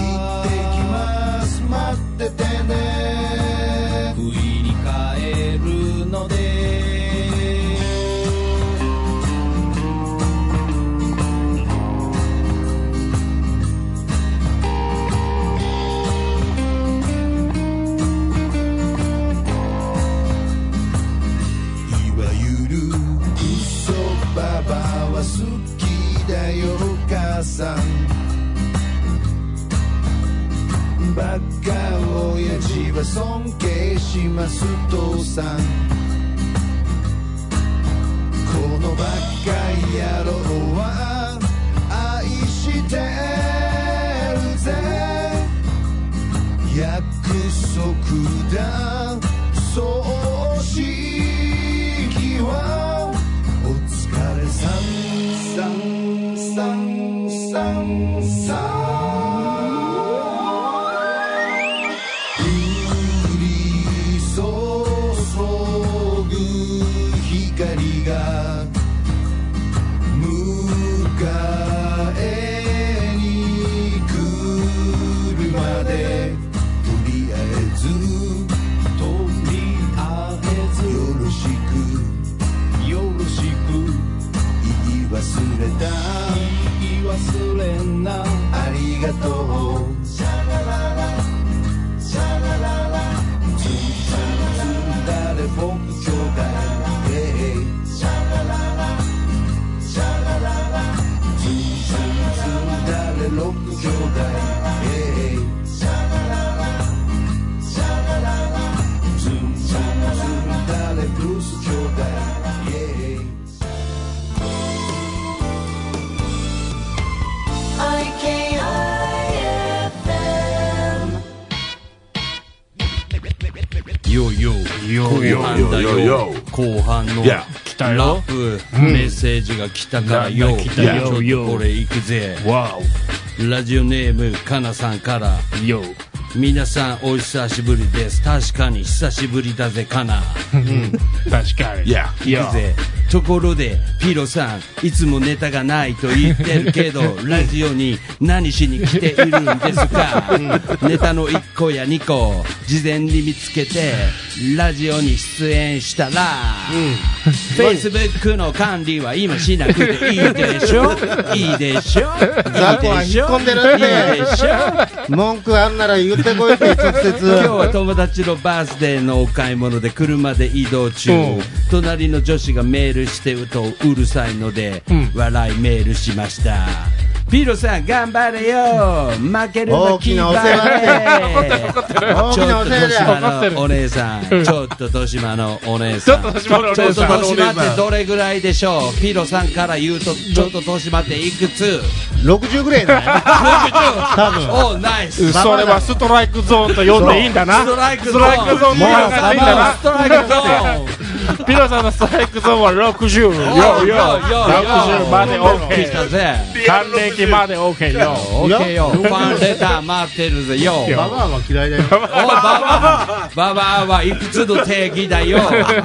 Speaker 3: 行ってきます待っててね不意に帰るのでいわゆる嘘ババアは好きだよ母さんバカ親父は尊敬します父さんこのバカ野郎は愛してるぜ約束だ葬式はお疲れさんさんさんさん降り注ぐ光が迎えに来るまでとりあえずとりあえずよろしくよろしく言い忘れた言い忘れなありがとうシャラララシャラララツンツンツンだれ僕兄弟えいシャラララシャラララツンツンツンだれ六兄弟えいシャラララシャラララツンツンツンだれブルース兄弟えい
Speaker 6: IKIFM.
Speaker 4: Yo, yo, yo, 後
Speaker 2: yo,
Speaker 4: 半だ
Speaker 2: yo,
Speaker 4: よ
Speaker 2: yo, yo.
Speaker 4: 後半の
Speaker 2: Yeah.
Speaker 1: 来た
Speaker 4: ラ
Speaker 1: よ
Speaker 4: ッ。プメッセージが来たからよ
Speaker 1: 来
Speaker 4: ち
Speaker 1: た
Speaker 4: ょっ
Speaker 1: よ
Speaker 4: とこ
Speaker 1: yo
Speaker 4: れいくぜ
Speaker 1: わ
Speaker 4: ラジオネームかなさんから
Speaker 1: お。よ。
Speaker 4: 皆さんお久しぶりです確かに久しぶりだぜかな
Speaker 1: 確かに。
Speaker 2: Yeah.
Speaker 1: い
Speaker 4: 行
Speaker 1: や
Speaker 4: く。ぜところでピロさんいつもネタがないと言ってるけ どラジオに何しに来ているんですかネタの1個や2個事前に見つけてラジオに出演したら、Facebook の管理は今しなくていいでしょいいでしょ
Speaker 5: 雑魚は
Speaker 4: い
Speaker 5: い
Speaker 4: でし
Speaker 5: 引っ
Speaker 4: ょ
Speaker 5: 込んでるって
Speaker 4: いいでしょ
Speaker 5: 文句あんなら言ってこいって直接
Speaker 4: 今日は友達のバースデーのお買い物で車で移動中、
Speaker 1: うん
Speaker 4: 隣の女子がメールしてるとうるさいので、
Speaker 1: ん
Speaker 4: 笑いメールしましたピロさん頑張れよ負ける
Speaker 5: 大
Speaker 4: の
Speaker 5: き
Speaker 4: 気
Speaker 5: なお
Speaker 4: 張
Speaker 5: 世話
Speaker 4: れ
Speaker 5: 大
Speaker 4: ちょ
Speaker 5: き
Speaker 4: っ
Speaker 5: な
Speaker 4: と
Speaker 5: お世話
Speaker 4: 豊
Speaker 5: じゃ
Speaker 1: 怒って
Speaker 4: 島
Speaker 1: る
Speaker 4: のお姉さんちょっと豊島のお姉
Speaker 1: ちょっ
Speaker 4: さん
Speaker 1: と始まるお
Speaker 4: ちょ
Speaker 1: 姉
Speaker 4: っと
Speaker 1: さん。
Speaker 4: 豊島ってどれぐらいでしょうピロさんから言うとちょっと豊島っていくつ
Speaker 5: 60ぐらいだね多分
Speaker 4: おおナイス
Speaker 1: それはストライクゾーンと呼んでいいんだな。
Speaker 4: ストライク
Speaker 1: ス
Speaker 4: ゾ
Speaker 1: ト
Speaker 4: ーン
Speaker 1: ライクゾーンって呼ん
Speaker 5: もう
Speaker 1: でいいんだな。
Speaker 4: ストライクゾーン
Speaker 1: ピロさんのストライクゾーンは60。よよ
Speaker 4: よよ
Speaker 1: 60まで
Speaker 4: 来た
Speaker 1: OK。
Speaker 4: ぜ
Speaker 1: 還暦まで OK よ。
Speaker 4: オッケーよファンレター待ってるぜよお
Speaker 5: ババアは嫌いだよ
Speaker 4: ババアババアはいくつの定義だよ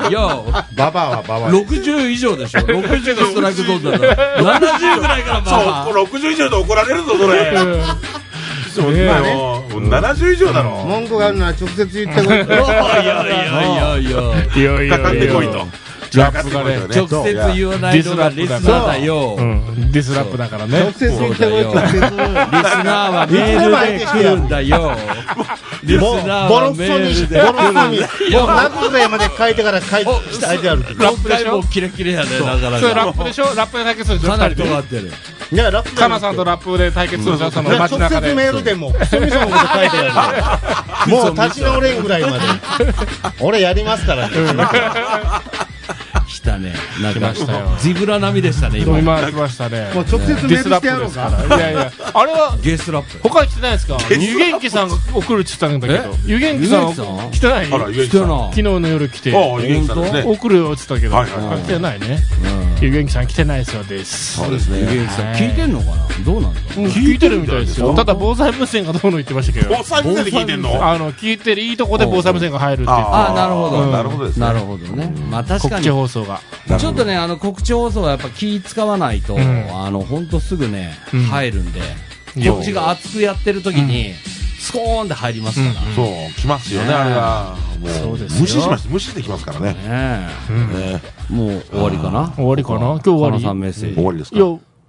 Speaker 4: よ
Speaker 5: ババアはババア
Speaker 4: 60以上でしょ60がストライクゾーンだから70ぐらいからババ
Speaker 2: そう60以上で怒られるぞそれそんなの70以上だろ
Speaker 5: 文句があるなら直接言ってこいって
Speaker 4: アいやいやいやいや
Speaker 1: いよい
Speaker 2: かかってこいとラップ
Speaker 1: がね
Speaker 4: 直接言わないのがリスナーだよ
Speaker 1: うん。ディスラップだからね
Speaker 5: 直。接言ってこい直接
Speaker 4: リスナーはメールで来るんだよリス
Speaker 5: ボ
Speaker 4: ナー
Speaker 5: ボロ
Speaker 4: は
Speaker 5: ク
Speaker 4: メ
Speaker 5: ソ
Speaker 4: ー
Speaker 5: に
Speaker 4: ル
Speaker 5: ボ
Speaker 4: で
Speaker 5: ロクソにもう何歳まで書いてから書いて書いてあるけど
Speaker 4: 今回もキレキレやねだから
Speaker 1: それラップでしょラップだけするでしょ
Speaker 4: かなり
Speaker 1: 二人
Speaker 4: 尖
Speaker 1: で
Speaker 4: ってる
Speaker 5: いやラップ
Speaker 1: カナさんとラップで対決するでしょ、その街
Speaker 5: 直
Speaker 1: 中
Speaker 5: 接
Speaker 1: で。
Speaker 5: メールでもクソみそのこと書いてあるもう立ち直れんぐらいまで俺やりますからね
Speaker 4: 来たね。なん
Speaker 1: 来ま
Speaker 4: か
Speaker 1: したよ、
Speaker 4: ジブラ並みでしたね、
Speaker 1: 今
Speaker 4: 今。
Speaker 1: 来ましたね。
Speaker 5: もう直接メ
Speaker 1: デ
Speaker 5: ー
Speaker 1: ィ
Speaker 5: ル
Speaker 1: スラ
Speaker 5: し
Speaker 1: ッ
Speaker 5: てや
Speaker 1: プ
Speaker 5: ろ
Speaker 1: で
Speaker 5: う
Speaker 1: す
Speaker 5: か
Speaker 1: から。いやいや、あれは、
Speaker 4: ゲスラップ。
Speaker 1: 他に来てないですか湯元気さんが送るって言ってたんだけど。湯元気さ
Speaker 4: 湯元気さ
Speaker 1: ん、
Speaker 4: ん
Speaker 1: 来てない
Speaker 2: あら、
Speaker 1: 昨
Speaker 2: ゆえ
Speaker 4: 来
Speaker 2: き
Speaker 4: て
Speaker 2: さ。
Speaker 4: なん
Speaker 2: あ
Speaker 4: い。
Speaker 1: 日の夜来て。
Speaker 2: あ、ゆえきさんですね。
Speaker 1: 送るよって言ってた
Speaker 2: はい
Speaker 1: け
Speaker 2: はい
Speaker 1: ど、
Speaker 2: はい
Speaker 1: 来てないね。湯元気さん来てないそうです。
Speaker 2: そうですね。
Speaker 4: ゆうきさん聞いてんのかなどうなんだ
Speaker 1: うん聞いてるみたいですよ。ただ防災無線がどうの言ってましたけど。
Speaker 2: お財布で聞いてんの
Speaker 1: あの、聞いてる、いいとこで防災無線が入るって言って
Speaker 4: あーなるほど
Speaker 2: なるほどですね
Speaker 4: なるほどね。まあ
Speaker 1: た
Speaker 4: 確か
Speaker 1: 国
Speaker 4: に
Speaker 1: 際、放送が。
Speaker 4: ちょっとね、あの、告知放送はやっぱ気使わないと、
Speaker 1: ん
Speaker 4: あの、ほんとすぐね、
Speaker 1: ん
Speaker 4: 入るんで、こっちが熱くやってる時に、スコーンって入りますから。ね
Speaker 2: そう、来ますよね、
Speaker 4: ね
Speaker 2: あれが。も
Speaker 1: そう
Speaker 2: う、
Speaker 1: で
Speaker 2: 無
Speaker 1: すよ
Speaker 2: 視しました。無視できますからね。
Speaker 4: え
Speaker 2: ね
Speaker 4: もう終わりかな
Speaker 1: 終わりかな今日終わり
Speaker 4: さんメッセージ
Speaker 2: 終。わりです
Speaker 1: いや、
Speaker 2: か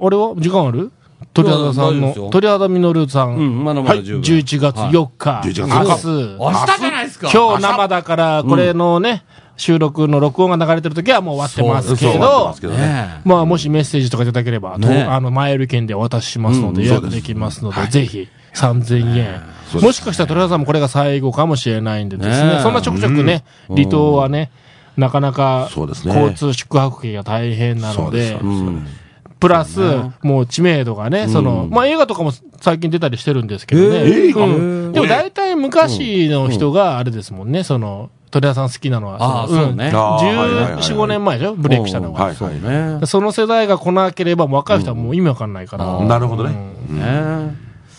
Speaker 1: あれは時間ある鳥肌さん
Speaker 4: いや大丈夫で
Speaker 1: の
Speaker 4: すよ、
Speaker 1: 鳥肌みのるさん。
Speaker 4: うん、まだま
Speaker 1: はい、
Speaker 4: だ十分。
Speaker 1: 11月4日、
Speaker 2: い
Speaker 1: 明
Speaker 2: 11月4日
Speaker 1: 日、
Speaker 4: 明日じゃないですか
Speaker 1: 今日生だから、これのね、収録の録音が流れてる時はもう終わってますけ
Speaker 2: そうなってま
Speaker 1: ど
Speaker 2: す、けどね。
Speaker 4: ねえ
Speaker 1: まあ、もしメッセージとかいただければ、と
Speaker 4: ね
Speaker 1: あの、前売り券でお渡ししますので、予約できますので、ぜひ、3000円。もしかしたら鳥肌さんもこれが最後かもしれないんでです
Speaker 4: ね
Speaker 1: ね
Speaker 4: え、
Speaker 1: そんなちょくちょくね、離島はね、なかなか、
Speaker 2: そうですね
Speaker 1: 交通宿泊費が大変な
Speaker 2: そ
Speaker 1: の
Speaker 2: うです
Speaker 1: で
Speaker 2: そ、うです
Speaker 1: プラス、もう知名度がね、その、まあ映画とかも最近出たりしてるんですけどね。うんでも大体昔の人があれですもんね、その、鳥屋さん好きなのは。
Speaker 4: ああ、
Speaker 1: の
Speaker 4: そうね。
Speaker 2: ああはいはいはい
Speaker 1: 14、15年前でしょブレイクしたの
Speaker 4: うん
Speaker 1: が。
Speaker 2: はい
Speaker 4: そう
Speaker 2: はい
Speaker 4: ね。
Speaker 1: その世代が来なければ、もう若い人はもう意味わかんないから。
Speaker 2: なるほどね。
Speaker 4: ね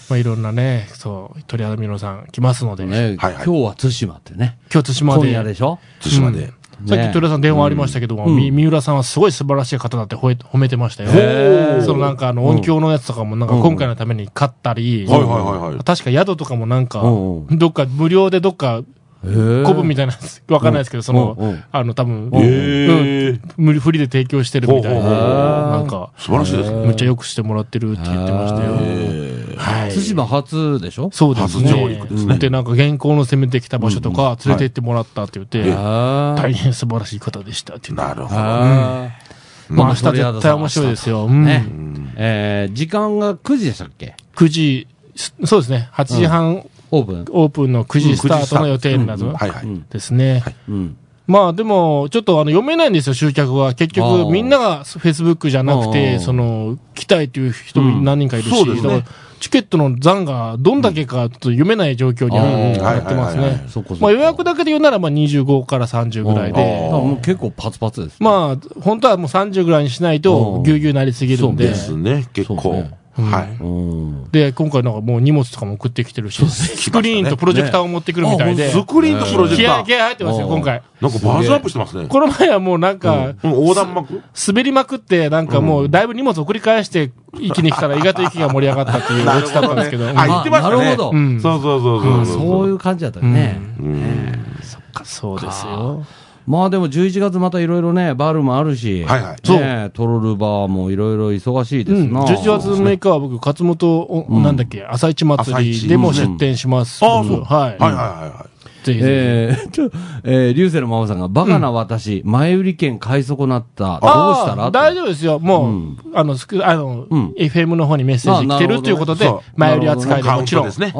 Speaker 1: まあいろんなね、そう、鳥屋みのさん来ますので。
Speaker 4: ね
Speaker 2: はいは
Speaker 4: 今
Speaker 2: い
Speaker 4: 日は対馬ってね。
Speaker 1: 今日対馬
Speaker 4: 今
Speaker 1: で。
Speaker 4: 夜でしょ
Speaker 2: 対馬で。
Speaker 1: さっき
Speaker 4: ね
Speaker 1: 鳥田さん電話ありましたけども、み三浦さんはすごい素晴らしい方だって褒め褒めてましたよ。そのなんかあの音響のやつとかもなんか今回のために買ったり、
Speaker 2: はいはいはいはい。
Speaker 1: 確か宿とかもなんか
Speaker 4: うん、
Speaker 1: どっか無料でどっか、
Speaker 4: へえ
Speaker 1: コブみたいなやつ、わかんないですけど、そ
Speaker 4: うんう
Speaker 1: の
Speaker 4: ん、
Speaker 1: あの多分、
Speaker 2: へー
Speaker 1: 無理フリで提供してるみたい
Speaker 2: ほうほうほ
Speaker 1: な、なんか、
Speaker 2: 素晴らしいですね。
Speaker 1: めっちゃよくしてもらってるって言ってましたよ。はい。
Speaker 4: 対馬初でしょ
Speaker 1: そうです
Speaker 2: 初上陸ですね
Speaker 1: ね。で、なんか原稿の攻めてきた場所とか連れて行ってもらったって言って、
Speaker 4: あ
Speaker 1: 大変素晴らしい方でしたって言って
Speaker 2: なるほ
Speaker 4: あ。
Speaker 2: ど。
Speaker 4: あ
Speaker 1: まあ明日絶対面白いですよ。う
Speaker 4: あ
Speaker 1: ん
Speaker 4: ね。えー時間が9時でしたっけ
Speaker 1: 9時、そうですね。8時半
Speaker 4: オープン。
Speaker 1: オープンの9時スタートの予定になる
Speaker 2: はいはい。
Speaker 1: ですね。
Speaker 4: うん。
Speaker 1: まあでも、ちょっとあの読めないんですよ、集客は。結
Speaker 4: あ
Speaker 1: 局、
Speaker 4: ー
Speaker 1: みんなが Facebook じゃなく
Speaker 4: あー
Speaker 1: て、その、来たいという人も何人かいるし、
Speaker 2: そうですね
Speaker 1: だからチケットの残がどんだけかちょっと読めない状況に
Speaker 4: うん
Speaker 1: なってます
Speaker 2: はいはいはい
Speaker 1: ね。
Speaker 4: そこそこ。
Speaker 1: まあ予約だけで言うならまあ25から30ぐらい
Speaker 4: うんだ
Speaker 1: で、
Speaker 4: からもう結構パツパツです。
Speaker 1: まあ本当はもう30ぐらいにしないとぎゅうぎゅうになりすぎるん
Speaker 4: そう
Speaker 1: で
Speaker 2: で、すね、結構。
Speaker 4: そう
Speaker 2: はい
Speaker 4: ね。
Speaker 1: うんで、今回なんかもう荷物とかも送ってきてるし、スクリーンとプロジェクターを持ってくるみたいで、
Speaker 2: スクリーンとプロジェク
Speaker 1: 気合
Speaker 2: タ
Speaker 1: 気
Speaker 2: ー。
Speaker 1: 合入ってますよ、
Speaker 4: うん
Speaker 1: 今回。
Speaker 2: なんかバージョンアップしてますね。
Speaker 1: この前はもうなんか、
Speaker 2: うん横断幕
Speaker 1: 滑りまくって、なんかもうだいぶ荷物送り返して、息に来たら意外と息が盛り上がったって いうオチだったんですけど、
Speaker 2: なるほ
Speaker 1: うん
Speaker 2: どねあ言ってましたね
Speaker 4: あなるほど
Speaker 1: う。ん
Speaker 2: そうそうそうそう
Speaker 4: あ
Speaker 2: そう。
Speaker 4: そういう感じだったね。
Speaker 1: そうですよ。
Speaker 4: まあでも11月またいろいろね、バルもあるし、
Speaker 2: はいはい
Speaker 1: そう
Speaker 4: ね、トロルバーもいろいろ忙しいで
Speaker 1: う
Speaker 4: す
Speaker 1: ん、
Speaker 4: な。
Speaker 1: 11月6日は僕、勝本を、なんだっけ、朝市祭りでも出店します。
Speaker 2: ああ、そう。
Speaker 1: はい。
Speaker 2: はいはいはいはい。
Speaker 1: ぜひぜ
Speaker 4: えー、ちょ、えー、流星のママさんが、バカな私、前売り券買い損なった、どう
Speaker 1: ひ。
Speaker 4: したら
Speaker 1: ああ大丈
Speaker 4: 夫
Speaker 1: 夫ですよ。もう、あの、スクあの、
Speaker 4: ん
Speaker 1: FM の方にメッセージ来てるということで
Speaker 2: あなるほどね、
Speaker 1: 前売り扱いで
Speaker 2: カウ
Speaker 1: も
Speaker 2: ン
Speaker 1: ちろ
Speaker 2: ト
Speaker 1: ん
Speaker 2: で、すね。
Speaker 4: ああ、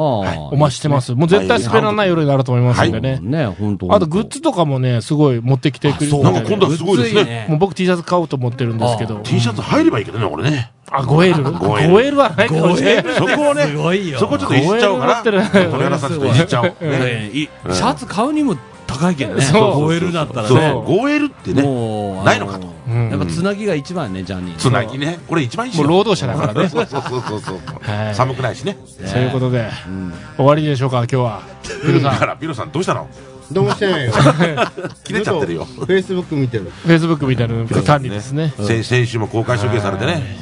Speaker 1: お待ちしてます。もう絶対滑らない夜になると思いますんでね。
Speaker 4: ね、本当
Speaker 1: あとグッズとかもね、すごい持ってきてくれるみ
Speaker 2: な
Speaker 1: たい
Speaker 2: んか
Speaker 1: で
Speaker 2: 今度はすごいですね。
Speaker 1: もう僕 T シャツ買おうと思ってるんですけど。
Speaker 2: T シャツ入ればいいけどね、これね。
Speaker 1: あ、ゴエル。ゴ
Speaker 2: ゴエル
Speaker 1: エルはないかもしれない。
Speaker 2: そこをね、そこちょっといじっちゃおうかな。
Speaker 1: こういうの持ってる
Speaker 2: 鳥原さんちょっといじっちゃおう。ね
Speaker 4: ねいシャツ買うにも高いけどね、
Speaker 1: そう
Speaker 4: 超えるだったら
Speaker 2: そう、
Speaker 4: ね。
Speaker 2: 5L ってね、
Speaker 4: もうあ
Speaker 2: ないのかと
Speaker 1: うん
Speaker 4: やっぱつなぎが一番ね、ジャニー。
Speaker 2: つなぎね、これ一番いいし
Speaker 1: もう労働者だからね。
Speaker 2: そうそうそうそうそう
Speaker 1: はい
Speaker 2: 寒くないしね。
Speaker 1: ということで、終わりでしょうか、今日は。
Speaker 2: だから、ピロさんどうしたの
Speaker 5: どうもしてないよ
Speaker 2: 切れちゃってるよ。
Speaker 5: フェイスブック見てる
Speaker 1: Facebook みたいなの管理ですね。
Speaker 2: 先先週も公開処刑されてね。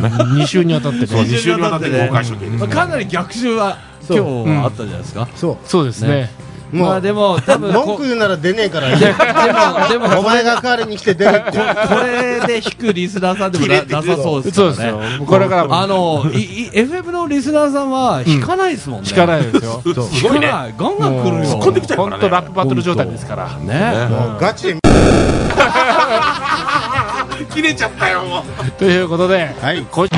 Speaker 1: 2週にわたって
Speaker 2: そう、
Speaker 1: ね。
Speaker 2: 2週にわたって公開処刑です
Speaker 4: まあかなり逆襲は今日はあったんじゃないですか。
Speaker 5: そ
Speaker 1: そうですね。
Speaker 5: うも
Speaker 4: まあ
Speaker 5: う
Speaker 4: でも、多分
Speaker 5: 文
Speaker 4: こ
Speaker 5: 句言うなら出ねえからね
Speaker 4: でも、で
Speaker 5: お
Speaker 4: も、こ
Speaker 5: 前が代わりに来て出るって
Speaker 4: れで引くリスナーさんでもななさそうですか
Speaker 1: そう
Speaker 4: らね。
Speaker 1: ですよ。これからも
Speaker 4: あの、いい FM のリスナーさんは引かないですもんね。
Speaker 1: 聞かないですよ。
Speaker 4: 引かない。ガンガン来るよ。
Speaker 1: もう
Speaker 2: 込んできちゃうから
Speaker 1: 本
Speaker 2: ね
Speaker 1: 当ラップバトル状態ですから。
Speaker 4: ね。
Speaker 5: もうガチで
Speaker 7: 切れちゃったよもう
Speaker 2: ということで、
Speaker 5: はい
Speaker 2: 今週